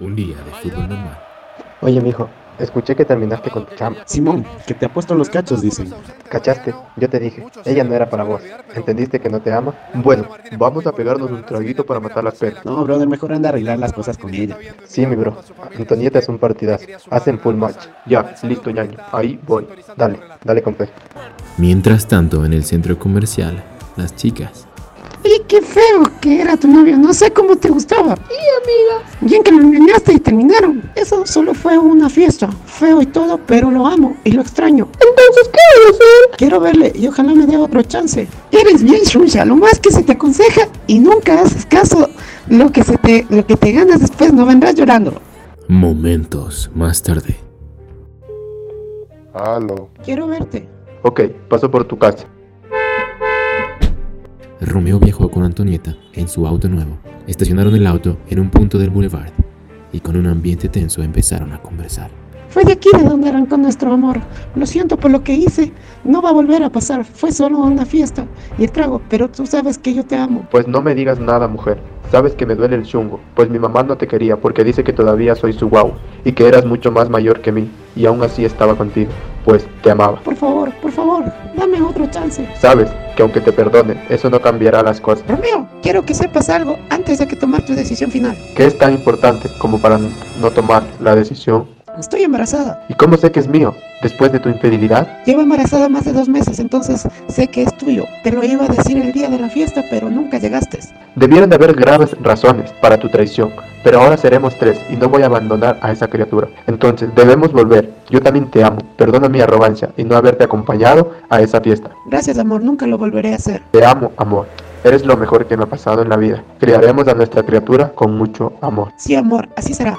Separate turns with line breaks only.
Un día de fútbol normal.
Oye, mijo, escuché que terminaste con tu chamba.
Simón, que te ha puesto los cachos, dicen.
¿Cachaste? Yo te dije, ella no era para vos. ¿Entendiste que no te ama? Bueno, vamos a pegarnos un traguito para matar las penas.
No, brother, mejor anda a arreglar las cosas con ella.
Sí, mi bro. Antonieta es un partidazo. Hacen full match. Ya, listo, ñaño. Ahí voy. Dale, dale con fe.
Mientras tanto, en el centro comercial, las chicas.
Oye, qué feo que era tu novio, no sé cómo te gustaba. Y amiga, bien que lo engañaste y terminaron. Eso solo fue una fiesta, feo y todo, pero lo amo y lo extraño. Entonces, ¿qué voy a hacer? Quiero verle y ojalá me dé otro chance. Eres bien suya, lo más que se te aconseja y nunca haces caso. Lo que, se te, lo que te ganas después no vendrás llorando.
Momentos más tarde.
Aló.
Quiero verte.
Ok, paso por tu casa.
Romeo viajó con Antonieta en su auto nuevo. Estacionaron el auto en un punto del boulevard y con un ambiente tenso empezaron a conversar.
Fue de aquí de donde arrancó nuestro amor. Lo siento por lo que hice. No va a volver a pasar. Fue solo una fiesta y el trago, pero tú sabes que yo te amo.
Pues no me digas nada, mujer. Sabes que me duele el chungo, pues mi mamá no te quería porque dice que todavía soy su guau y que eras mucho más mayor que mí y aún así estaba contigo, pues te amaba.
Por favor, por favor, dame otro chance.
Sabes que aunque te perdonen, eso no cambiará las cosas.
Romeo, quiero que sepas algo antes de que tomar tu decisión final.
¿Qué es tan importante como para no tomar la decisión?
Estoy embarazada.
¿Y cómo sé que es mío? ¿Después de tu infidelidad?
Llevo embarazada más de dos meses, entonces sé que es tuyo. Te lo iba a decir el día de la fiesta, pero nunca llegaste.
Debieron de haber graves razones para tu traición, pero ahora seremos tres y no voy a abandonar a esa criatura. Entonces debemos volver. Yo también te amo. Perdona mi arrogancia y no haberte acompañado a esa fiesta.
Gracias, amor, nunca lo volveré a hacer.
Te amo, amor. Eres lo mejor que me ha pasado en la vida. Criaremos a nuestra criatura con mucho amor.
Sí, amor, así será.